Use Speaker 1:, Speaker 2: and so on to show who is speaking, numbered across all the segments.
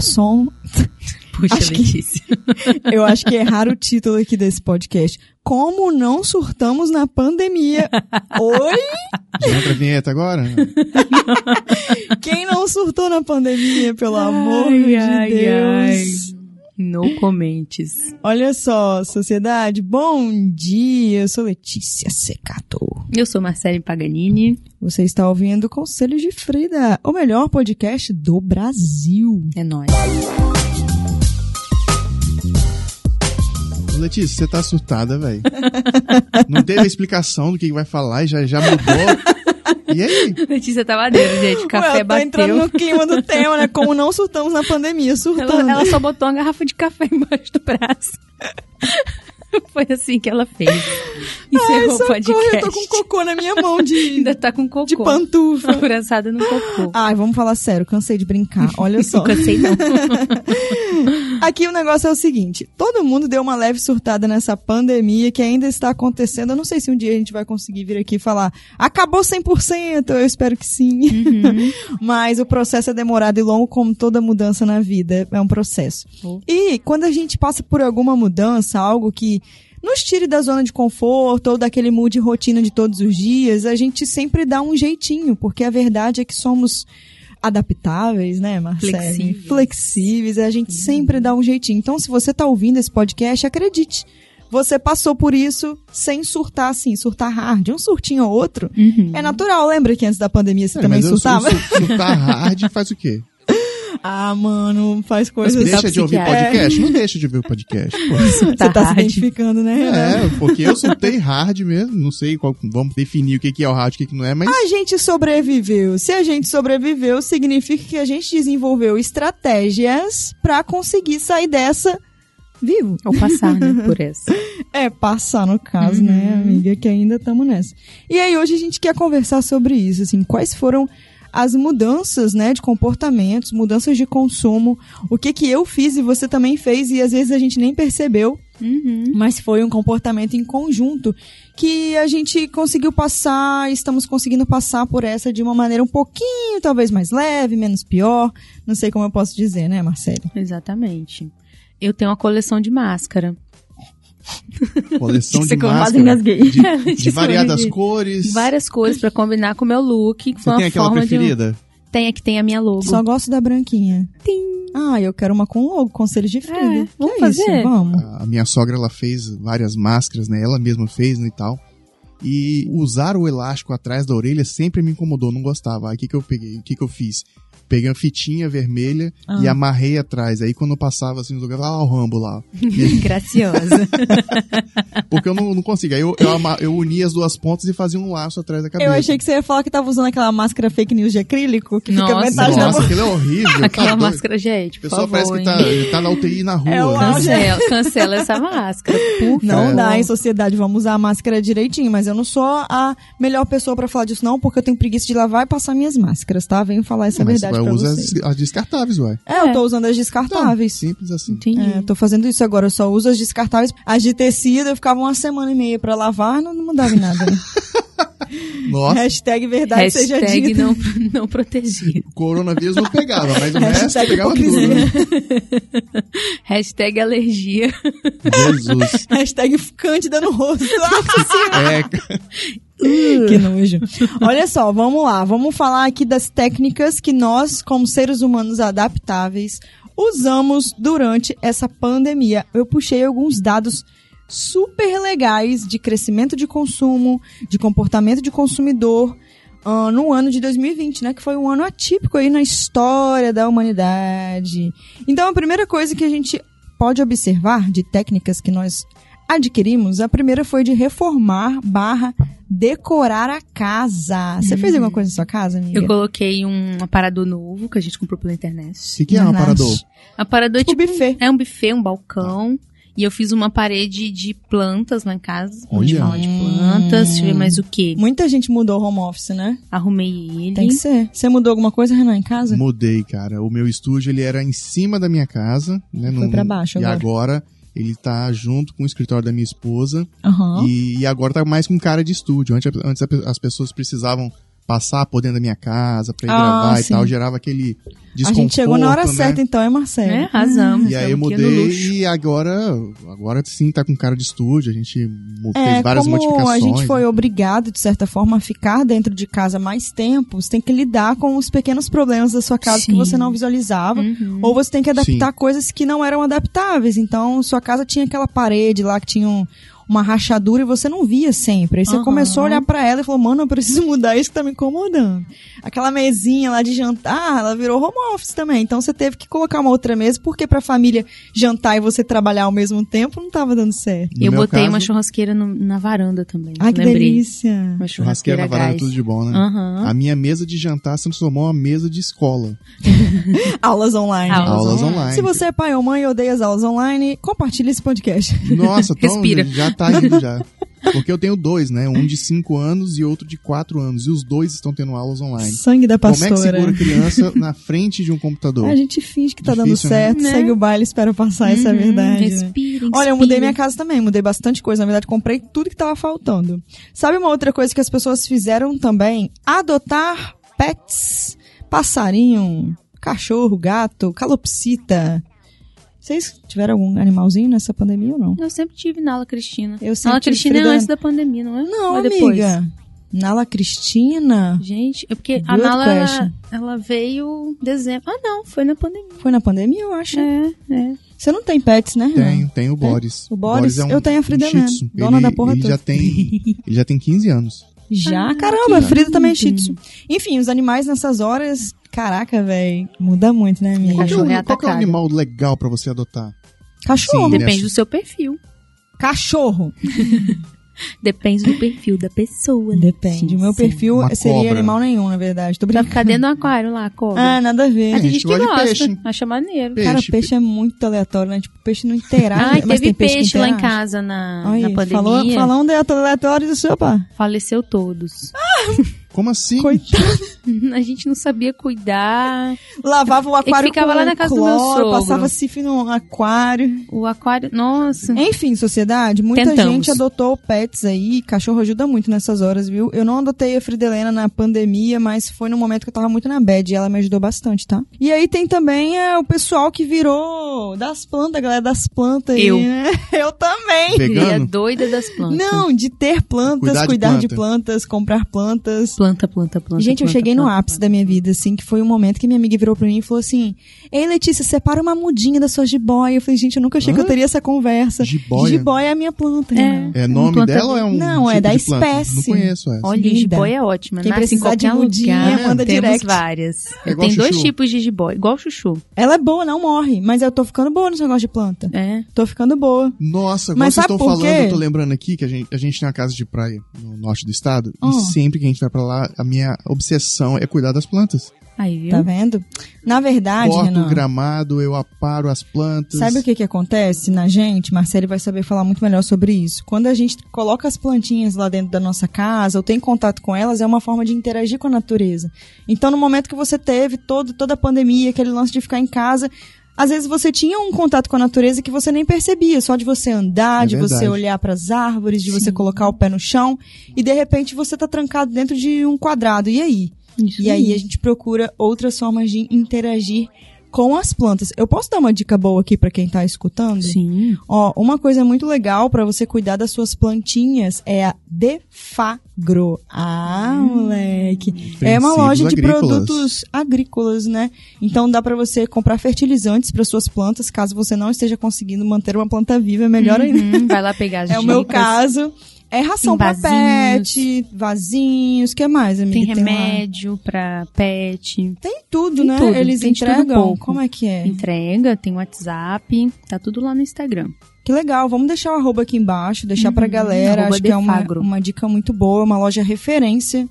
Speaker 1: som.
Speaker 2: Puxa,
Speaker 1: Acho que-
Speaker 2: Letícia.
Speaker 1: Eu acho que erraram o título aqui desse podcast. Como não surtamos na pandemia? Oi?
Speaker 3: Entra a vinheta agora?
Speaker 1: Quem não surtou na pandemia, pelo amor
Speaker 2: Ai,
Speaker 1: de
Speaker 2: ai,
Speaker 1: Deus?
Speaker 2: No comentes.
Speaker 1: Olha só, sociedade, bom dia. Eu sou Letícia Secato.
Speaker 2: Eu sou Marcele Paganini.
Speaker 1: Você está ouvindo Conselhos de Frida, o melhor podcast do Brasil.
Speaker 2: É nóis.
Speaker 3: Letícia, você tá surtada, velho. Não teve a explicação do que vai falar e já, já mudou. E é aí?
Speaker 2: Letícia tá maneiro, gente. O
Speaker 1: Ué,
Speaker 2: café
Speaker 1: eu tô entrando
Speaker 2: bateu.
Speaker 1: no clima do tema, né? Como não surtamos na pandemia, surtando.
Speaker 2: Ela, ela só botou uma garrafa de café embaixo do braço. Foi assim que ela fez.
Speaker 1: Ai,
Speaker 2: Encerrou o
Speaker 1: socorro,
Speaker 2: podcast.
Speaker 1: eu tô com cocô na minha mão de,
Speaker 2: Ainda tá com cocô.
Speaker 1: de pantufa.
Speaker 2: Abraçada no cocô.
Speaker 1: Ai, vamos falar sério, cansei de brincar. Olha só.
Speaker 2: Não cansei não.
Speaker 1: Aqui o negócio é o seguinte: todo mundo deu uma leve surtada nessa pandemia que ainda está acontecendo. Eu não sei se um dia a gente vai conseguir vir aqui e falar acabou 100%, eu espero que sim. Mas o processo é demorado e longo, como toda mudança na vida. É um processo.
Speaker 2: Uhum.
Speaker 1: E quando a gente passa por alguma mudança, algo que nos tire da zona de conforto ou daquele mood de rotina de todos os dias, a gente sempre dá um jeitinho, porque a verdade é que somos adaptáveis, né, Marcelo?
Speaker 2: Flexíveis. Uhum.
Speaker 1: Flexíveis, a gente sempre dá um jeitinho. Então, se você tá ouvindo esse podcast, acredite. Você passou por isso sem surtar assim, surtar hard, um surtinho ou outro.
Speaker 2: Uhum.
Speaker 1: É natural, lembra que antes da pandemia você
Speaker 3: É,
Speaker 1: também
Speaker 3: mas eu-
Speaker 1: surtava?
Speaker 3: eu su- Surtar hard faz o quê?
Speaker 1: Ah, mano, faz coisas.
Speaker 2: Hospital
Speaker 3: Deixa de ouvir
Speaker 1: é.
Speaker 2: psiquiátrico.
Speaker 3: podcast? Não deixa de ouvir o podcast. pô.
Speaker 1: Você tá se
Speaker 2: hard.
Speaker 1: identificando, né? Renan?
Speaker 3: É, porque eu surtei hard mesmo. Não sei qual. Vamos definir o que que é o hard e o que que não é, mas.
Speaker 1: A gente sobreviveu. Se a gente sobreviveu, significa que a gente desenvolveu estratégias pra conseguir sair dessa vivo.
Speaker 2: Ou passar, né, por essa.
Speaker 1: É, passar no caso,
Speaker 2: Uhum.
Speaker 1: né, amiga, que ainda estamos nessa. E aí hoje a gente quer conversar sobre isso, assim, quais foram as mudanças, né, de comportamentos, mudanças de consumo, o que que eu fiz e você também fez e às vezes a gente nem percebeu,
Speaker 2: Uhum.
Speaker 1: mas foi um comportamento em conjunto que a gente conseguiu passar, estamos conseguindo passar por essa de uma maneira um pouquinho, talvez mais leve, menos pior, não sei como eu posso dizer, né, Marcelo?
Speaker 2: Exatamente. Eu tenho uma coleção de máscara.
Speaker 3: Coleção
Speaker 2: Isso
Speaker 3: de
Speaker 2: é que eu quase
Speaker 3: máscara.
Speaker 2: engasguei.
Speaker 3: De, de
Speaker 2: Desculpa,
Speaker 3: variadas
Speaker 2: gente.
Speaker 3: cores.
Speaker 2: Várias cores pra combinar com o meu look. Que foi
Speaker 3: Você
Speaker 2: uma
Speaker 3: tem aquela
Speaker 2: forma de.
Speaker 3: preferida?
Speaker 2: Um... Tem a que tem a minha logo.
Speaker 1: Só gosto da branquinha.
Speaker 2: Tem.
Speaker 1: Ah, eu quero uma com logo, conselhos de Frida.
Speaker 2: É,
Speaker 1: Que
Speaker 2: vamos
Speaker 1: é
Speaker 2: fazer?
Speaker 1: Isso? Vamos.
Speaker 3: A minha sogra ela fez várias máscaras, né? Ela mesma fez né, e tal. E usar o elástico atrás da orelha sempre me incomodou, não gostava. Aí o que, que eu peguei? O que, que eu fiz? Peguei uma fitinha vermelha
Speaker 1: Ah.
Speaker 3: e amarrei atrás. Aí quando eu passava assim nos lugares, lá ó, o Rambo lá.
Speaker 2: Graciosa.
Speaker 3: Porque eu não, não consigo. Aí eu, eu, ama- eu unia as duas pontas e fazia um laço atrás da cabeça.
Speaker 1: Eu achei que você ia falar que tava usando aquela máscara fake news de acrílico, que fica
Speaker 2: Nossa.
Speaker 1: metade da
Speaker 3: Nossa,
Speaker 1: mão.
Speaker 3: aquilo é horrível.
Speaker 2: Aquela
Speaker 3: tá doido.
Speaker 2: máscara, gente.
Speaker 3: O
Speaker 2: Por
Speaker 3: pessoal
Speaker 2: favor,
Speaker 3: parece que tá,
Speaker 2: hein?
Speaker 3: tá na UTI na rua.
Speaker 1: É o
Speaker 3: né?
Speaker 2: Cancela, cancela essa máscara. Por
Speaker 1: Não
Speaker 3: É.
Speaker 2: favor.
Speaker 1: dá, em sociedade, vamos usar a máscara direitinho, mas eu não sou a melhor pessoa pra falar disso não, porque eu tenho preguiça de lavar e passar minhas máscaras, tá? Venho falar essa
Speaker 3: Mas
Speaker 1: verdade
Speaker 3: vai
Speaker 1: pra
Speaker 3: usar
Speaker 1: vocês.
Speaker 3: as, as descartáveis, ué.
Speaker 1: É, eu tô usando as
Speaker 3: Então,
Speaker 1: descartáveis.
Speaker 3: simples assim.
Speaker 2: Entendi.
Speaker 1: É, tô fazendo isso agora, eu só uso as descartáveis. As de tecido, eu ficava uma semana e meia pra lavar, não, não mudava em nada. né?
Speaker 3: Nossa,
Speaker 1: Hashtag verdade seja
Speaker 2: Hashtag
Speaker 1: dita.
Speaker 2: não, não protegido.
Speaker 3: o coronavírus não pegava, mas o resto
Speaker 1: Hashtag
Speaker 3: pegava tudo.
Speaker 1: tá hipocrisia.
Speaker 3: né?
Speaker 2: Hashtag alergia.
Speaker 1: É.
Speaker 3: Jesus.
Speaker 1: Hashtag cândida no rosto. Ah,
Speaker 3: É,
Speaker 1: que nojo. Olha só, vamos lá. Vamos falar aqui das técnicas que nós, como seres humanos adaptáveis, usamos durante essa pandemia. Eu puxei alguns dados super legais de crescimento de consumo, de comportamento de consumidor. ah, no ano de 2020, né? Que foi um ano atípico aí na história da humanidade. Então, a primeira coisa que a gente pode observar de técnicas que nós adquirimos, a primeira foi de reformar barra decorar a casa. Você fez alguma coisa na sua casa, amiga?
Speaker 2: Eu coloquei um aparador novo que a gente comprou pela internet.
Speaker 3: o que, que é um
Speaker 1: Verdade.
Speaker 3: aparador?
Speaker 2: Aparador
Speaker 1: Tipo
Speaker 2: tipo,
Speaker 1: buffet. Ah.
Speaker 2: é um buffet, um balcão. E eu fiz uma parede de plantas lá em casa.
Speaker 3: Olha.
Speaker 2: De falar de plantas. Deixa eu ver mais o que.
Speaker 1: Muita gente mudou o home office, né?
Speaker 2: Arrumei ele.
Speaker 1: Tem que ser. Você mudou alguma coisa, Renan, em casa?
Speaker 3: Mudei, cara. O meu estúdio, ele era em cima da minha casa. Né,
Speaker 1: Foi pra baixo
Speaker 3: E
Speaker 1: agora.
Speaker 3: agora ele tá junto com o escritório da minha esposa.
Speaker 1: Aham.
Speaker 3: E, e agora tá mais com cara de estúdio. Antes, antes a pe- as pessoas precisavam passar por dentro da minha casa pra ir
Speaker 1: Ah,
Speaker 3: gravar e
Speaker 1: sim.
Speaker 3: tal. Gerava aquele
Speaker 1: A
Speaker 3: desconforto,
Speaker 1: gente chegou na hora
Speaker 3: né?
Speaker 1: certa, então, é Marcelo.
Speaker 2: Né? Arrasamos.
Speaker 3: E aí eu
Speaker 2: estamos
Speaker 1: é
Speaker 2: aqui no
Speaker 3: mudei
Speaker 2: luxo.
Speaker 3: e agora, agora sim tá com cara de estúdio, a gente mo-
Speaker 1: É,
Speaker 3: fez várias
Speaker 1: como
Speaker 3: modificações.
Speaker 1: a gente foi
Speaker 3: né?
Speaker 1: obrigado, de certa forma, a ficar dentro de casa mais tempo, você tem que lidar com os pequenos problemas da sua casa que
Speaker 2: Sim.
Speaker 1: você não visualizava.
Speaker 2: Uhum.
Speaker 1: Ou você tem que adaptar
Speaker 3: Sim.
Speaker 1: coisas que não eram adaptáveis. Então, sua casa tinha aquela parede lá que tinha um- uma rachadura e você não via sempre. Aí você
Speaker 2: Aham.
Speaker 1: começou a olhar pra ela e falou: Mano, eu preciso mudar isso que tá me incomodando. Aquela mesinha lá de jantar, ela virou home office também. Então, você teve que colocar uma outra mesa, porque pra família jantar e você trabalhar ao mesmo tempo não tava dando certo.
Speaker 3: No
Speaker 2: Eu
Speaker 3: meu
Speaker 2: botei
Speaker 3: caso,
Speaker 2: uma churrasqueira no- na varanda também.
Speaker 1: Ai, que
Speaker 2: lembrei.
Speaker 1: delícia.
Speaker 2: Uma
Speaker 3: churrasqueira
Speaker 2: churrasqueira
Speaker 3: na
Speaker 2: a
Speaker 3: varanda,
Speaker 2: gás.
Speaker 3: tudo de bom, né?
Speaker 2: Aham.
Speaker 3: A minha mesa de jantar se transformou em uma mesa de escola.
Speaker 1: Aulas online.
Speaker 2: Aulas
Speaker 3: Aulas
Speaker 2: online.
Speaker 3: online.
Speaker 1: Ah, Se você é pai ou mãe e odeia as aulas online, compartilha esse podcast.
Speaker 3: Nossa, então
Speaker 2: Respira.
Speaker 3: já tá indo já. Porque eu tenho dois, né? Um de 5 anos e outro de 4 anos. E os dois estão tendo aulas online.
Speaker 1: Sangue da
Speaker 3: Como é que segura
Speaker 1: pastora.
Speaker 3: a criança na frente de um computador?
Speaker 1: A gente finge que tá dando
Speaker 3: Difícil, né?
Speaker 1: certo,
Speaker 2: Né?
Speaker 1: segue o baile, espera passar, essa é a
Speaker 2: Uhum,
Speaker 1: verdade. né?
Speaker 2: Respira, inspira.
Speaker 1: Olha, eu mudei minha casa também, mudei bastante coisa. Na verdade, comprei tudo que tava faltando. Sabe uma outra coisa que as pessoas fizeram também? Adotar pets. Passarinho, cachorro, gato, calopsita. Vocês tiveram algum animalzinho nessa pandemia ou não?
Speaker 2: Eu sempre tive na Ala Cristina.
Speaker 1: Eu
Speaker 2: Ala
Speaker 1: sempre tive
Speaker 2: Cristina é
Speaker 1: Fridana.
Speaker 2: antes da pandemia, não é?
Speaker 1: Não,
Speaker 2: Ou é depois?
Speaker 1: amiga. Nala Cristina?
Speaker 2: Gente, é porque a
Speaker 1: Good
Speaker 2: Nala,
Speaker 1: question.
Speaker 2: ela, ela veio em dezembro. Ah, não, foi na pandemia.
Speaker 1: Foi na pandemia, eu acho.
Speaker 2: É, é.
Speaker 1: Você não tem pets, né? Renan?
Speaker 3: Tenho, tenho o Boris. é
Speaker 1: O Boris, eu tenho a Frida
Speaker 3: Shih
Speaker 1: Nana,
Speaker 3: Tzu.
Speaker 1: dona
Speaker 3: ele,
Speaker 1: da porra
Speaker 3: ele
Speaker 1: toda.
Speaker 3: já tem, Ele já tem 15 anos.
Speaker 1: Já?
Speaker 2: Ah,
Speaker 1: Caramba, a
Speaker 2: que
Speaker 1: Frida também é shih
Speaker 2: lindo.
Speaker 1: tzu. Enfim, os animais nessas horas... Caraca, velho. Muda muito, né, amiga?
Speaker 3: Qual que, é,
Speaker 2: Cachorro é
Speaker 3: o- qual que é o
Speaker 2: atacado.
Speaker 3: animal legal pra você adotar?
Speaker 1: Cachorro.
Speaker 3: Sim.
Speaker 2: Depende
Speaker 3: Nessa-
Speaker 2: do seu perfil.
Speaker 1: Cachorro.
Speaker 2: Depende do perfil da pessoa. né?
Speaker 1: Depende. O meu
Speaker 2: Sim, sim.
Speaker 1: perfil
Speaker 3: Uma
Speaker 1: seria
Speaker 3: cobra.
Speaker 1: animal nenhum, na verdade. Tô
Speaker 2: Vai
Speaker 1: brincando.
Speaker 2: ficar dentro do aquário lá, a cobra.
Speaker 1: Ah, nada a ver.
Speaker 2: Mas
Speaker 3: a
Speaker 2: tem
Speaker 3: gente
Speaker 2: gente que
Speaker 3: gosta de
Speaker 2: gosta,
Speaker 3: peixe.
Speaker 2: acha maneiro.
Speaker 3: Peixe,
Speaker 1: Cara, peixe é muito aleatório, né? Tipo, peixe não interage.
Speaker 2: Ai,
Speaker 1: mas tem
Speaker 2: teve
Speaker 1: peixe,
Speaker 2: peixe,
Speaker 1: que
Speaker 2: lá em
Speaker 1: interage.
Speaker 2: casa na,
Speaker 1: Olha
Speaker 2: na
Speaker 1: aí,
Speaker 2: pandemia.
Speaker 1: Falou, falou um aleatório aleatório do seu pá.
Speaker 2: Faleceu todos.
Speaker 3: Como assim?
Speaker 1: Coitado.
Speaker 2: A gente não sabia cuidar.
Speaker 1: Lavava o aquário
Speaker 2: ficava
Speaker 1: com
Speaker 2: lá na casa do meu
Speaker 1: cloro,
Speaker 2: sogro.
Speaker 1: passava sif no aquário.
Speaker 2: O aquário. Nossa.
Speaker 1: Enfim, sociedade, muita
Speaker 2: Tentamos.
Speaker 1: gente adotou pets aí, cachorro ajuda muito nessas horas, viu? Eu não adotei a Fridelena na pandemia, mas foi num momento que eu tava muito na bad e ela me ajudou bastante, tá? E aí tem também é, o pessoal que virou das plantas, a galera das plantas aí,
Speaker 2: Eu.
Speaker 1: né? Eu também!
Speaker 2: E é
Speaker 3: Vegano?
Speaker 2: doida das plantas.
Speaker 1: Não, de ter plantas, cuidar,
Speaker 3: Cuidar
Speaker 1: de,
Speaker 3: de planta.
Speaker 1: plantas, comprar plantas.
Speaker 2: Planta, planta, planta.
Speaker 1: Gente, eu
Speaker 2: planta,
Speaker 1: cheguei no
Speaker 2: planta,
Speaker 1: ápice da minha vida, assim, que foi um momento que minha amiga virou pra mim e falou assim: Ei, Letícia, separa uma mudinha da sua jiboia. Eu falei, gente, eu nunca achei que eu
Speaker 3: Hã?
Speaker 1: teria essa conversa.
Speaker 3: Jiboia?
Speaker 1: Jiboia é a minha planta,
Speaker 2: É.
Speaker 1: Renan.
Speaker 3: É nome
Speaker 2: planta-
Speaker 3: dela ou é um
Speaker 1: Não,
Speaker 3: tipo
Speaker 1: é da
Speaker 3: de planta? Não
Speaker 1: espécie.
Speaker 3: conheço essa.
Speaker 2: Olha,
Speaker 1: Linda.
Speaker 2: jiboia é ótima.
Speaker 1: Quem
Speaker 2: Nasce em
Speaker 1: precisar de
Speaker 2: qualquer
Speaker 1: mudinha,
Speaker 2: lugar.
Speaker 1: manda
Speaker 2: Temos
Speaker 1: direct.
Speaker 2: várias.
Speaker 3: É igual
Speaker 2: Tem dois
Speaker 3: chuchu.
Speaker 2: tipos de jiboia. Igual chuchu.
Speaker 1: Ela é boa, não morre, mas eu tô ficando boa nesse negócio de planta.
Speaker 2: É.
Speaker 1: Tô ficando boa.
Speaker 3: Nossa, agora
Speaker 1: Mas
Speaker 3: vocês
Speaker 1: sabe
Speaker 3: estão
Speaker 1: por
Speaker 3: falando,
Speaker 1: quê?
Speaker 3: eu tô lembrando aqui que a gente, a gente tem uma casa de praia no norte do estado.
Speaker 1: Ah.
Speaker 3: E sempre que a gente vai pra lá, a minha obsessão é cuidar das plantas.
Speaker 2: Aí, viu?
Speaker 1: Tá vendo? Na verdade,
Speaker 3: Corto o
Speaker 1: Ah, Renan,
Speaker 3: gramado, eu aparo as plantas.
Speaker 1: sabe o que que acontece na gente? Marcelo vai saber falar muito melhor sobre isso. Quando a gente coloca as plantinhas lá dentro da nossa casa ou tem contato com elas, é uma forma de interagir com a natureza. Então, no momento que você teve todo, toda a pandemia, aquele lance de ficar em casa. Às vezes você tinha um contato com a natureza que você nem percebia, só de você andar,
Speaker 3: É
Speaker 1: de você
Speaker 3: verdade.
Speaker 1: olhar para as árvores, de você
Speaker 2: Sim.
Speaker 1: colocar o pé no chão, e de repente você tá trancado dentro de um quadrado. E aí?
Speaker 2: Isso
Speaker 1: E aí a gente procura outras formas de interagir com as plantas. Eu posso dar uma dica boa aqui pra quem tá escutando?
Speaker 2: Sim.
Speaker 1: Ó, uma coisa muito legal pra você cuidar das suas plantinhas é a Defagro. Ah,
Speaker 2: Hum.
Speaker 1: moleque. É uma
Speaker 3: Princípios
Speaker 1: loja de
Speaker 3: agrícolas.
Speaker 1: produtos agrícolas, né? Então dá pra você comprar fertilizantes para suas plantas, caso você não esteja conseguindo manter uma planta viva, é melhor ainda.
Speaker 2: Uhum, Vai lá pegar as
Speaker 1: É o meu
Speaker 2: dicas.
Speaker 1: caso. É ração
Speaker 2: Tem
Speaker 1: pra
Speaker 2: vasinhos.
Speaker 1: pet, vasinhos, que mais, amiga?
Speaker 2: Tem
Speaker 1: lá?
Speaker 2: remédio pra pet.
Speaker 1: Tem tudo,
Speaker 2: Tem
Speaker 1: né?
Speaker 2: tudo,
Speaker 1: Eles
Speaker 2: tem de tudo um
Speaker 1: entregam.
Speaker 2: pouco. Então-
Speaker 1: Como é que é?
Speaker 2: Entrega, tem WhatsApp. Tá tudo lá no Instagram.
Speaker 1: Que legal. Vamos deixar o arroba aqui embaixo, deixar pra
Speaker 2: Uhum,
Speaker 1: galera.
Speaker 2: arroba
Speaker 1: Acho que é uma,
Speaker 2: Defagro.
Speaker 1: uma dica muito boa, uma loja referência,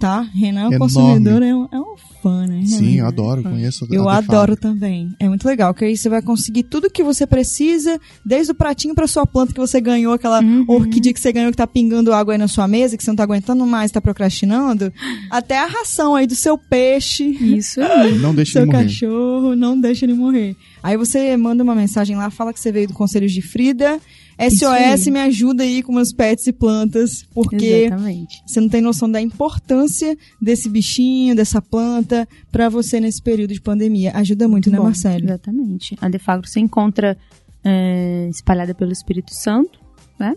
Speaker 1: tá? Renan é um
Speaker 3: Enorme.
Speaker 1: consumidor, é um, é um fã, né? Renan?
Speaker 3: Sim, eu adoro, conheço. a-
Speaker 1: Eu
Speaker 3: a Defagro.
Speaker 1: adoro também. É muito legal, que aí você vai conseguir tudo que você precisa, desde o pratinho pra sua planta que você ganhou, aquela
Speaker 2: Uhum.
Speaker 1: orquídea que você ganhou que tá pingando água aí na sua mesa, que você não tá aguentando mais, tá procrastinando, até a ração aí do seu peixe
Speaker 2: Isso aí.
Speaker 3: Não deixe
Speaker 1: seu
Speaker 3: ele morrer.
Speaker 1: cachorro, não deixa ele morrer. Aí você manda uma mensagem lá, fala que você veio do Conselho de Frida, SOS,
Speaker 2: Isso aí.
Speaker 1: me ajuda aí com meus pets e plantas, porque
Speaker 2: Exatamente.
Speaker 1: você não tem noção da importância desse bichinho, dessa planta, pra você nesse período de pandemia. Ajuda muito, né,
Speaker 2: Bom, é
Speaker 1: Marcelo?
Speaker 2: Exatamente. A Defagro se encontra é, espalhada pelo Espírito Santo, né?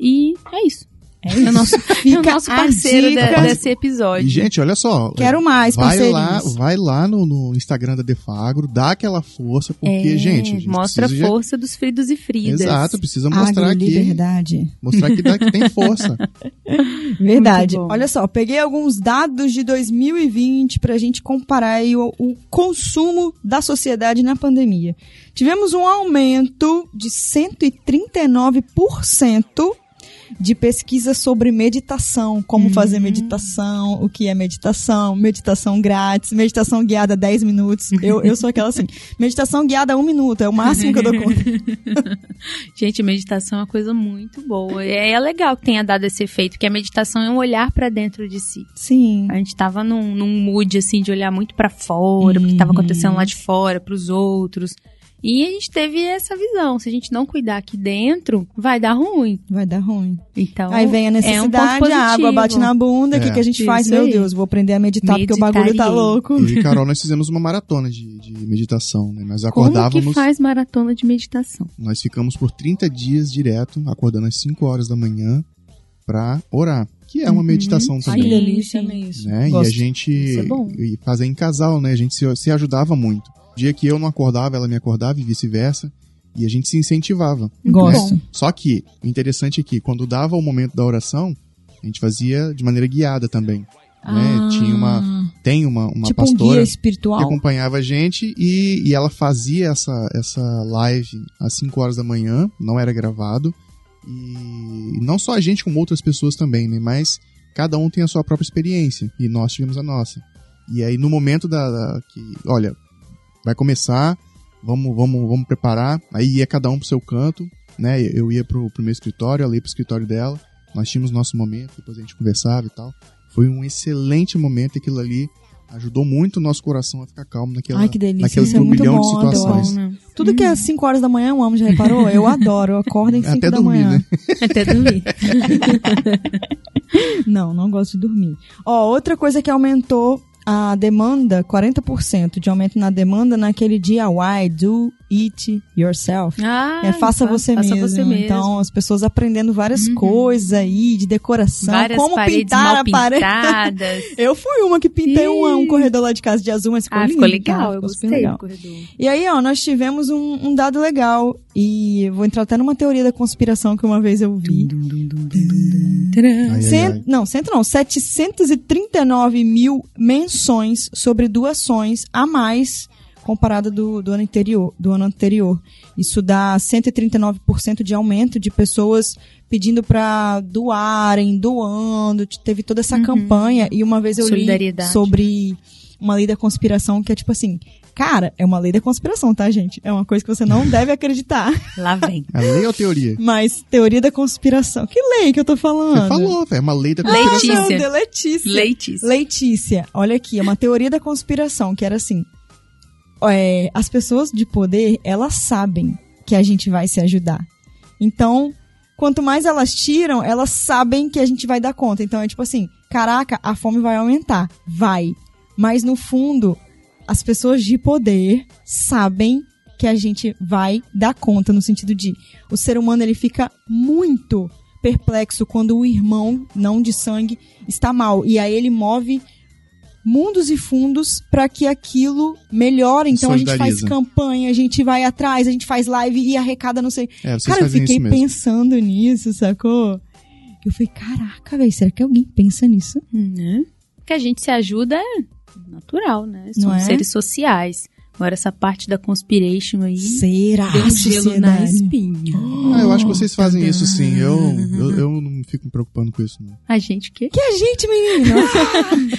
Speaker 2: E é isso. É, o nosso, é o nosso
Speaker 1: a
Speaker 2: parceiro
Speaker 1: dica.
Speaker 2: da- desse episódio.
Speaker 3: E, gente, olha só.
Speaker 1: Quero mais,
Speaker 3: Vai
Speaker 1: parceirinhos.
Speaker 3: lá, vai lá no, no Instagram da Defagro, dá aquela força, porque,
Speaker 2: É,
Speaker 3: gente, a gente
Speaker 2: mostra a
Speaker 3: precisa de-
Speaker 2: força dos fridos e fridas.
Speaker 3: Exato, precisa mostrar
Speaker 1: Agro
Speaker 3: aqui.
Speaker 1: liberdade.
Speaker 3: Mostrar que, dá, que tem força.
Speaker 1: Verdade.
Speaker 2: Muito bom.
Speaker 1: Olha só, peguei alguns dados de 2020 para a gente comparar aí o, o consumo da sociedade na pandemia. Tivemos um aumento de 139% de pesquisas sobre meditação, como fazer
Speaker 2: Hum.
Speaker 1: meditação, o que é meditação, meditação grátis, meditação guiada 10 minutos. Eu, eu sou aquela assim, meditação guiada 1 minuto, é o máximo que eu dou conta.
Speaker 2: Gente, meditação é uma coisa muito boa. É, é legal que tenha dado esse efeito, porque a meditação é um olhar pra dentro de si.
Speaker 1: Sim.
Speaker 2: A gente tava num, num mood, assim, de olhar muito pra fora, porque tava acontecendo lá de fora, pros outros. E a gente teve essa visão. Se a gente não cuidar aqui dentro, vai dar ruim.
Speaker 1: Vai dar ruim.
Speaker 2: Então,
Speaker 1: Aí vem a
Speaker 2: um ponto
Speaker 1: necessidade, a água
Speaker 2: positivo.
Speaker 1: bate na bunda, o que,
Speaker 3: É.
Speaker 1: que a gente
Speaker 2: Isso
Speaker 1: faz? Meu
Speaker 2: aí.
Speaker 1: Deus, vou aprender a meditar porque o bagulho tá
Speaker 2: Meditariei.
Speaker 1: louco.
Speaker 3: Eu e Carol, nós fizemos uma maratona de, de meditação, né? Nós
Speaker 2: Como que
Speaker 3: acordávamos,
Speaker 2: faz maratona de meditação?
Speaker 3: nós ficamos por 30 dias direto, acordando às 5 horas da manhã pra orar, que é
Speaker 2: Uhum.
Speaker 3: uma meditação
Speaker 1: Ai, que
Speaker 3: também.
Speaker 1: delícia,
Speaker 2: Sim,
Speaker 1: né? Isso.
Speaker 3: né? E a
Speaker 1: Gosto.
Speaker 3: gente
Speaker 2: Isso é bom.
Speaker 3: e fazer em casal, né? A gente se, se ajudava muito. O dia que eu não acordava, ela me acordava e vice-versa. E a gente se incentivava.
Speaker 2: Muito
Speaker 1: Gosto.
Speaker 2: bom.
Speaker 3: Só que, o interessante é que, quando dava o momento da oração, a gente fazia de maneira guiada também.
Speaker 2: Ah.
Speaker 3: Né? Tinha uma, tem uma, uma
Speaker 1: tipo um guia
Speaker 3: pastora tipo que
Speaker 1: espiritual.
Speaker 3: acompanhava a gente e, e ela fazia essa, essa live às 5 horas da manhã, não era gravado. E não só a gente, como outras pessoas também, né? Mas cada um tem a sua própria experiência e nós tivemos a nossa. E aí, no momento da. da- que, olha, vai começar, vamos, vamos, vamos preparar. Aí ia cada um pro seu canto, né? Eu ia pro, pro meu escritório, ela ia pro escritório dela. Nós tínhamos nosso momento, depois a gente conversava e tal. Foi um excelente momento aquilo ali. Ajudou muito o nosso coração a ficar calmo naquela,
Speaker 1: Ai, que delícia,
Speaker 3: naquele
Speaker 1: isso é muito
Speaker 3: turbilhão um de
Speaker 1: bom, adoro.
Speaker 3: situações.
Speaker 2: Bom, né?
Speaker 1: Tudo que é 5 horas da manhã, eu amo, já reparou? Eu adoro, eu acordo em 5
Speaker 3: Até
Speaker 1: da
Speaker 3: dormir,
Speaker 1: manhã.
Speaker 3: né?
Speaker 2: É Até dormir.
Speaker 1: Não, não gosto de dormir. Ó, outra coisa que aumentou a demanda, 40% de aumento na demanda naquele dia Why Do It Yourself.
Speaker 2: Ah,
Speaker 1: É, faça, você,
Speaker 2: faça
Speaker 1: mesmo.
Speaker 2: você mesmo.
Speaker 1: Então, as pessoas aprendendo várias
Speaker 2: Uhum.
Speaker 1: coisas aí, de decoração,
Speaker 2: Várias
Speaker 1: como
Speaker 2: paredes
Speaker 1: pintar
Speaker 2: mal
Speaker 1: a parede.
Speaker 2: pintadas.
Speaker 1: Eu fui uma que pintei um, um corredor lá de casa de azul, mas ficou
Speaker 2: ah,
Speaker 1: lindo.
Speaker 2: ficou legal,
Speaker 1: cara,
Speaker 2: eu
Speaker 1: ficou super
Speaker 2: gostei
Speaker 1: legal.
Speaker 2: do corredor.
Speaker 1: E aí, ó, nós tivemos um, um dado legal. E eu vou entrar até numa teoria da conspiração que uma vez eu vi.
Speaker 3: Ai, ai,
Speaker 1: Cento-
Speaker 3: ai.
Speaker 1: não, cento não, 739 mil menções sobre doações a mais comparada do, do ano anterior, do ano anterior. Isso dá 139% de aumento de pessoas pedindo para doarem, doando. Te- Teve toda essa campanha e uma vez eu li
Speaker 2: Solidariedade.
Speaker 1: sobre uma lei da conspiração que é tipo assim, cara, é uma lei da conspiração, tá, gente? É uma coisa que você não deve acreditar.
Speaker 2: Lá vem.
Speaker 3: É lei ou teoria?
Speaker 1: Mas teoria da conspiração. Que lei que eu tô falando?
Speaker 3: Você falou, velho. É uma lei da
Speaker 2: Lei
Speaker 1: Ah, não,
Speaker 3: conspiração.
Speaker 2: Letícia.
Speaker 1: de Letícia.
Speaker 2: Leites.
Speaker 1: Leitícia, olha aqui, é uma teoria da conspiração, que era assim: é, as pessoas de poder, elas sabem que a gente vai se ajudar. Então, quanto mais elas tiram, elas sabem que a gente vai dar conta. Então é tipo assim: caraca, a fome vai aumentar. Vai. Mas no fundo, as pessoas de poder sabem que a gente vai dar conta no sentido de o ser humano ele fica muito perplexo quando o irmão não de sangue está mal e aí ele move mundos e fundos para que aquilo melhore. Então a gente faz
Speaker 3: Solidariza.
Speaker 1: campanha, a gente vai atrás, a gente faz live e arrecada não sei
Speaker 3: É, vocês
Speaker 1: Cara, eu
Speaker 3: fazem
Speaker 1: fiquei
Speaker 3: isso mesmo.
Speaker 1: pensando nisso, sacou? Eu falei, caraca, velho, será que alguém pensa nisso?
Speaker 2: Né? Que a gente se ajuda é natural, né?
Speaker 1: Não
Speaker 2: Somos
Speaker 1: é?
Speaker 2: seres sociais. Agora essa parte da conspiration aí.
Speaker 1: Será?
Speaker 2: Deu um gelo na
Speaker 1: sociedade?
Speaker 2: espinha. Tá
Speaker 3: Ah, eu acho que vocês fazem isso sim. Eu,
Speaker 1: Uhum.
Speaker 3: eu, eu não fico me preocupando com isso, não.
Speaker 2: A gente o quê?
Speaker 1: Que a gente, menino?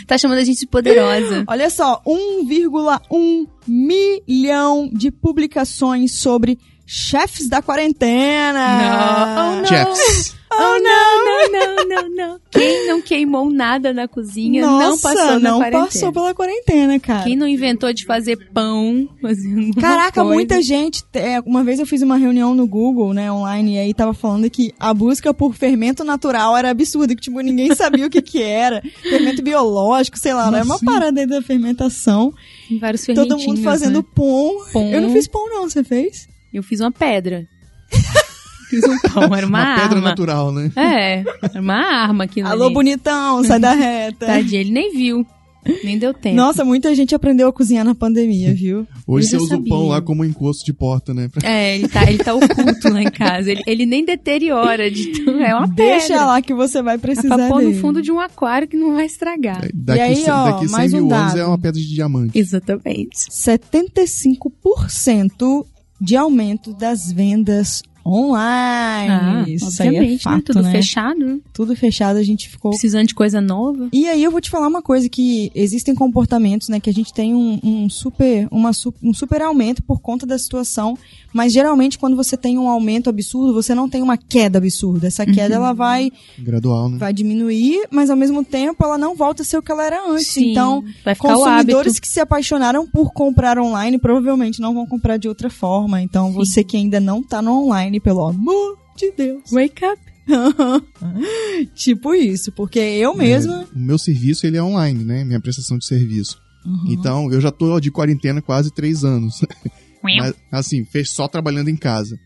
Speaker 2: Tá chamando a gente de poderosa.
Speaker 1: Olha só, 1,1 milhão de publicações sobre chefes da quarentena.
Speaker 2: Não, não.
Speaker 3: Chaps.
Speaker 2: Oh,
Speaker 1: Ah,
Speaker 2: não, não, não, não, não. Quem não queimou nada na cozinha não
Speaker 1: Nossa,
Speaker 2: passou na
Speaker 1: não
Speaker 2: quarentena.
Speaker 1: passou pela quarentena, cara.
Speaker 2: Quem não inventou de fazer pão? fazer alguma
Speaker 1: Caraca,
Speaker 2: coisa.
Speaker 1: muita gente. é, uma vez eu fiz uma reunião no Google, né, online, e aí tava falando que a busca por fermento natural era absurda, que tipo, ninguém sabia o que que era. Fermento biológico, sei lá,
Speaker 3: Como
Speaker 1: né? É uma
Speaker 3: assim?
Speaker 1: parada aí da fermentação.
Speaker 2: Vários
Speaker 1: Todo
Speaker 2: fermentinhos,
Speaker 1: mundo fazendo
Speaker 2: né?
Speaker 1: pão.
Speaker 2: pão.
Speaker 1: Eu não fiz pão, não, você fez?
Speaker 2: Eu fiz uma pedra. fiz um pão, era uma,
Speaker 3: Uma pedra
Speaker 2: arma.
Speaker 3: natural, né?
Speaker 2: É, era uma arma aquilo
Speaker 1: Alô,
Speaker 2: ali.
Speaker 1: bonitão, sai da reta.
Speaker 2: Tadinho, ele nem viu. Nem deu tempo.
Speaker 1: Nossa, muita gente aprendeu a cozinhar na pandemia, viu?
Speaker 3: Hoje
Speaker 2: Eu
Speaker 3: você
Speaker 2: já
Speaker 3: usa o
Speaker 2: sabia.
Speaker 3: pão lá como um encosto de porta, né? Pra-
Speaker 2: É, ele tá, ele tá oculto lá em casa. Ele, ele nem deteriora de tão- É uma
Speaker 1: Deixa
Speaker 2: pedra.
Speaker 1: lá que você vai
Speaker 2: É
Speaker 1: precisar
Speaker 2: pra pôr no
Speaker 1: dele.
Speaker 2: fundo de um aquário que não vai estragar.
Speaker 3: Daqui,
Speaker 1: aí,
Speaker 3: cem-
Speaker 1: ó,
Speaker 3: daqui 100
Speaker 1: mais um
Speaker 3: mil anos
Speaker 1: dado.
Speaker 3: é uma pedra de diamante.
Speaker 2: Exatamente.
Speaker 1: 75% de aumento das vendas online.
Speaker 2: Ah,
Speaker 1: Isso aí é
Speaker 2: obviamente, né?
Speaker 1: fato,
Speaker 2: Tudo
Speaker 1: né?
Speaker 2: fechado, né?
Speaker 1: Tudo fechado, a gente ficou...
Speaker 2: precisando de coisa nova.
Speaker 1: E aí eu vou te falar uma coisa, que existem comportamentos, né, que a gente tem um, um super, uma, su- um super aumento por conta da situação, mas geralmente quando você tem um aumento absurdo, você não tem uma queda absurda. Essa queda,
Speaker 2: Uhum.
Speaker 1: ela vai,
Speaker 3: Gradual, né?
Speaker 1: vai diminuir, mas ao mesmo tempo ela não volta a ser o que ela era antes. Então,
Speaker 2: vai ficar o hábito.
Speaker 1: Consumidores que se apaixonaram por comprar online provavelmente não vão comprar de outra forma. Então,
Speaker 2: Sim.
Speaker 1: você que ainda não tá no online, pelo amor de Deus.
Speaker 2: Wake up.
Speaker 1: tipo isso, porque
Speaker 3: É.
Speaker 1: eu mesma.
Speaker 3: O meu serviço, ele é online, né? Minha prestação de serviço. Então, eu já tô de quarentena quase três anos. Mas, assim, fez só trabalhando em casa.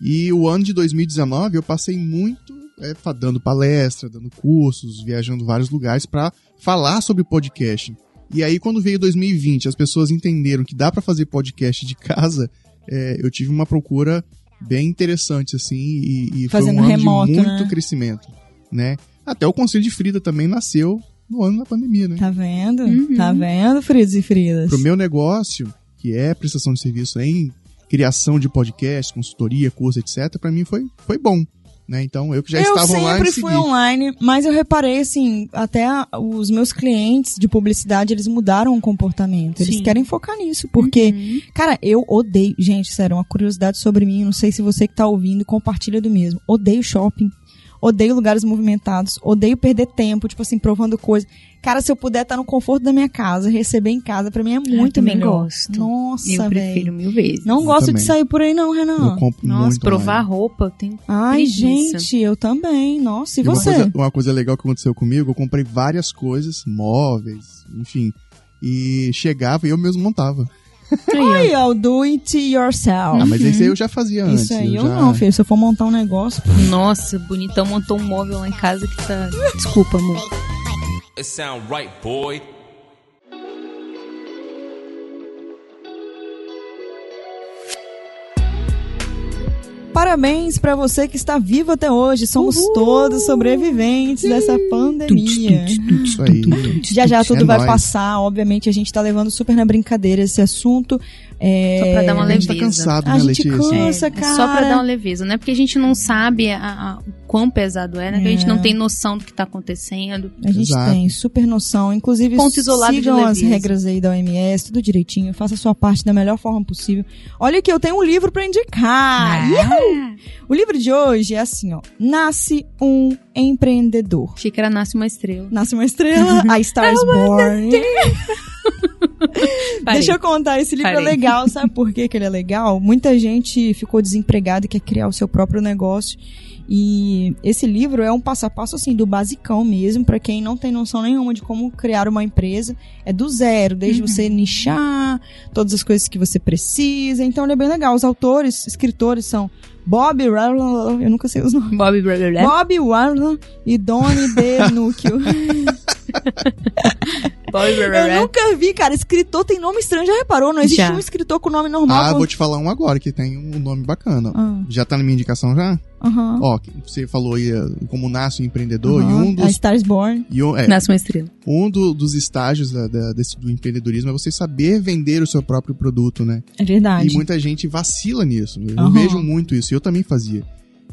Speaker 3: E o ano de 2019 eu passei muito é, fa- dando palestra, dando cursos, viajando vários lugares pra falar sobre podcast. E aí, quando veio 2020, as pessoas entenderam que dá pra fazer podcast de casa, é, eu tive uma procura bem interessante, assim, e, e foi um
Speaker 1: Fazendo
Speaker 3: ano
Speaker 1: remoto,
Speaker 3: de muito
Speaker 1: né?
Speaker 3: crescimento, né? Até o Conselho de Frida também nasceu no ano da pandemia, né?
Speaker 1: Tá vendo?
Speaker 2: Uhum.
Speaker 1: Tá vendo, Fridos e Fridas?
Speaker 3: Pro meu negócio, que é prestação de serviço em criação de podcast, consultoria, curso, etc, pra mim foi, foi bom. Né? Então, eu que já
Speaker 1: eu
Speaker 3: estava online,
Speaker 1: sempre
Speaker 3: segui.
Speaker 1: fui um- online, mas eu reparei assim, até a- os meus clientes de publicidade, eles mudaram o comportamento. Eles
Speaker 2: Sim.
Speaker 1: querem focar nisso, porque
Speaker 2: Uhum.
Speaker 1: Cara, eu odeio. Gente, sério, uma curiosidade sobre mim. Não sei se você que tá ouvindo compartilha do mesmo. Odeio shopping. Odeio lugares movimentados. Odeio perder tempo, tipo assim, provando coisa. Cara, se eu puder estar no conforto da minha casa, receber em casa, pra mim é
Speaker 2: Eu
Speaker 1: muito
Speaker 2: também
Speaker 1: melhor.
Speaker 2: gosto.
Speaker 1: Nossa,
Speaker 2: eu
Speaker 1: velho.
Speaker 2: prefiro mil vezes.
Speaker 1: Não
Speaker 3: Eu
Speaker 1: gosto
Speaker 3: também.
Speaker 1: de sair por aí, não,
Speaker 3: Eu
Speaker 1: Renan.
Speaker 3: compro
Speaker 2: Nossa,
Speaker 3: muito
Speaker 2: provar
Speaker 3: online.
Speaker 2: roupa, eu tenho
Speaker 1: Ai,
Speaker 2: preguiça.
Speaker 1: gente, eu também. Nossa, e
Speaker 3: uma,
Speaker 1: você?
Speaker 3: coisa, uma coisa legal que aconteceu comigo, eu comprei várias coisas, móveis, enfim. E chegava e eu mesmo montava.
Speaker 1: Ai, I'll do it yourself.
Speaker 3: Ah, mas isso aí eu já fazia Hum. antes.
Speaker 1: Uhum. Isso aí eu
Speaker 3: já...
Speaker 1: não, filho. Se eu for montar um negócio.
Speaker 2: Nossa, bonitão montou um móvel lá em casa que tá. Desculpa, amor.
Speaker 4: It sound right, boy.
Speaker 1: Parabéns pra você que está vivo até hoje. Somos
Speaker 2: Uhul.
Speaker 1: todos sobreviventes dessa pandemia.
Speaker 3: Isso aí.
Speaker 1: Já já tudo
Speaker 3: É
Speaker 1: vai
Speaker 3: nóis.
Speaker 1: passar. Obviamente, a gente tá levando super na brincadeira esse assunto. É...
Speaker 2: Só pra dar uma
Speaker 3: A gente tá
Speaker 2: Beleza.
Speaker 3: cansado,
Speaker 1: A
Speaker 3: né,
Speaker 1: gente
Speaker 3: Letícia?
Speaker 1: cansa,
Speaker 2: É
Speaker 1: cara.
Speaker 2: só pra dar uma leveza, não é porque a gente não sabe a- a- o quão pesado é, né? Que a gente não tem noção do que tá acontecendo.
Speaker 1: A gente
Speaker 3: Exato.
Speaker 1: tem super noção. Inclusive,
Speaker 2: Ponto isolado de
Speaker 1: sigam as
Speaker 2: leveza.
Speaker 1: regras aí da OMS, tudo direitinho. Faça a sua parte da melhor forma possível. Olha aqui, eu tenho um livro pra indicar.
Speaker 2: Ah.
Speaker 1: Uhul! O livro de hoje é assim, ó. Nasce um empreendedor.
Speaker 2: Achei que era Nasce uma Estrela.
Speaker 1: Nasce uma estrela, a Star is Born.
Speaker 2: Parei.
Speaker 1: Deixa eu contar, esse livro
Speaker 2: Parei.
Speaker 1: é legal, sabe por que que ele é legal? Muita gente ficou desempregada e quer criar o seu próprio negócio. E esse livro é um passo a passo, assim, do basicão mesmo, pra quem não tem noção nenhuma de como criar uma empresa. É do zero, desde
Speaker 2: Uhum.
Speaker 1: você nichar, todas as coisas que você precisa. Então ele é bem legal. Os autores, escritores são Bob, eu nunca sei os nomes.
Speaker 2: Bob blá, blá, blá.
Speaker 1: Bob Warren e Donnie De Núquio.
Speaker 2: Bob blá, blá, blá.
Speaker 1: Eu nunca vi, cara. Escritor tem nome estranho, já reparou? Não existe
Speaker 2: Já.
Speaker 1: um escritor com nome normal.
Speaker 3: Ah,
Speaker 1: com-
Speaker 3: vou te falar um agora, que tem um nome bacana.
Speaker 1: Ah,
Speaker 3: Já tá na minha indicação já?
Speaker 1: aham.
Speaker 3: Ó, que você falou aí eh, como nasce um empreendedor
Speaker 1: Hum? Aham.
Speaker 3: e um
Speaker 1: A
Speaker 3: dos.
Speaker 1: Stars Born.
Speaker 3: E um, é,
Speaker 2: Nasce uma Estrela.
Speaker 3: um do- dos estágios da- da- desse- do empreendedorismo é você saber vender o seu próprio produto, né?
Speaker 1: É verdade.
Speaker 3: E muita gente vacila nisso. né? Eu
Speaker 1: Aham.
Speaker 3: vejo muito isso. e Eu também fazia.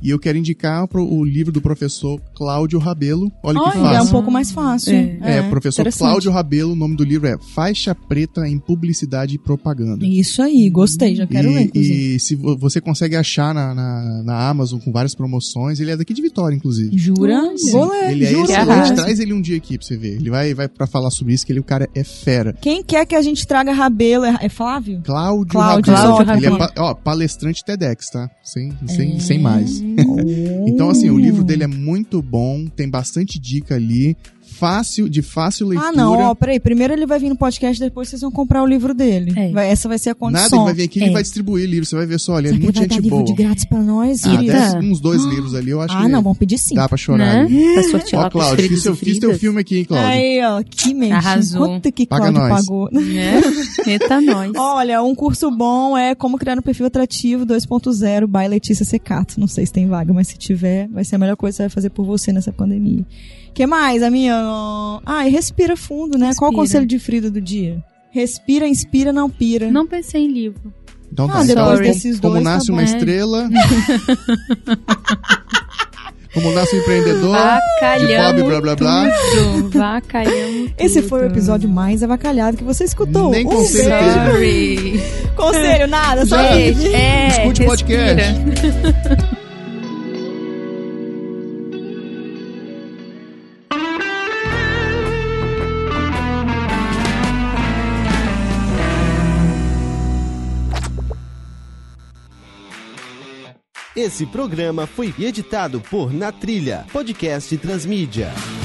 Speaker 3: E eu quero indicar pro, o livro do professor Cláudio Rabelo. Olha, que
Speaker 1: Olha,
Speaker 3: fácil.
Speaker 1: é um pouco mais fácil.
Speaker 2: É.
Speaker 3: É, professor
Speaker 1: interessante.
Speaker 3: Cláudio Rabelo, o nome do livro é Faixa Preta em Publicidade e Propaganda.
Speaker 1: Isso aí, gostei, já quero
Speaker 3: e,
Speaker 1: ler, inclusive.
Speaker 3: e se vo- você consegue achar na, na, na Amazon com várias promoções, ele é daqui de Vitória, inclusive.
Speaker 1: Jura?
Speaker 2: Sim.
Speaker 1: Vou ler,
Speaker 3: ele é
Speaker 1: juro.
Speaker 3: excelente.
Speaker 2: Arrasa.
Speaker 3: Traz ele um dia aqui pra você ver. Ele vai, vai pra falar sobre isso, que ele, o cara é fera.
Speaker 1: Quem quer que a gente traga Rabelo? É é Flávio?
Speaker 3: Cláudio,
Speaker 1: Cláudio
Speaker 3: Rabelo.
Speaker 2: Cláudio
Speaker 3: Ele é
Speaker 2: Rabelo.
Speaker 3: pa- ó, palestrante TEDx, tá? Sem,
Speaker 1: É.
Speaker 3: sem, sem mais. Então, assim, o livro dele é muito bom, tem bastante dica ali, fácil, de fácil é leitura.
Speaker 1: Ah, não, ó, peraí. Primeiro ele vai vir no podcast, depois vocês vão comprar o livro dele.
Speaker 2: É.
Speaker 1: Vai- essa vai ser a
Speaker 3: Nada,
Speaker 1: condição.
Speaker 3: ele vai vir aqui e
Speaker 2: É.
Speaker 3: vai distribuir livro. Você vai ver só, ele é
Speaker 1: Será que ele
Speaker 3: muita
Speaker 1: vai dar
Speaker 3: gente
Speaker 1: livro
Speaker 3: boa.
Speaker 1: de grátis pra nós?
Speaker 3: Ah,
Speaker 1: Iris?
Speaker 3: deve- uns dois livros ali, eu acho
Speaker 1: Ah,
Speaker 3: que. é.
Speaker 1: não, vão pedir sim.
Speaker 3: Dá pra chorar
Speaker 2: Né?
Speaker 3: ali.
Speaker 2: Passou a tirar
Speaker 3: Ó, Cláudio, fiz, seu- fiz teu filme aqui, hein, Cláudio.
Speaker 1: Aí, ó, que mente.
Speaker 2: Arrasou.
Speaker 1: Quanto que
Speaker 3: Paga
Speaker 1: Cláudio
Speaker 3: nós.
Speaker 1: pagou?
Speaker 2: Né? Eita, nós.
Speaker 1: Olha, um curso bom é Como Criar um Perfil Atrativo 2.0 by Letícia Secato. Não sei se tem vaga, mas se tiver, vai ser a melhor coisa que você vai fazer por você nessa pandemia. que mais, a minha? Ah, e respira fundo, né? Qual o
Speaker 2: Respira.
Speaker 1: conselho de Frida do dia? Respira, inspira, não pira.
Speaker 2: Não pensei em livro.
Speaker 3: Então
Speaker 1: Ah,
Speaker 3: tá, então,
Speaker 1: depois
Speaker 3: como,
Speaker 1: desses
Speaker 3: como
Speaker 1: dois, tá
Speaker 3: nasce
Speaker 1: bom.
Speaker 3: uma
Speaker 2: É.
Speaker 3: estrela. como nasce um empreendedor.
Speaker 2: Vacalhamos
Speaker 3: de Bob, blá, blá, blá.
Speaker 2: tudo. Vacalhamos
Speaker 1: Esse
Speaker 2: tudo.
Speaker 1: foi o episódio mais avacalhado que você escutou.
Speaker 3: Nem
Speaker 1: um
Speaker 3: conselho
Speaker 1: beijo.
Speaker 3: teve.
Speaker 2: Sorry.
Speaker 1: Conselho, nada, só
Speaker 3: Gente,
Speaker 1: isso.
Speaker 2: É,
Speaker 3: Escute o podcast.
Speaker 2: respira.
Speaker 5: Esse programa foi editado por Na Trilha, podcast Transmídia.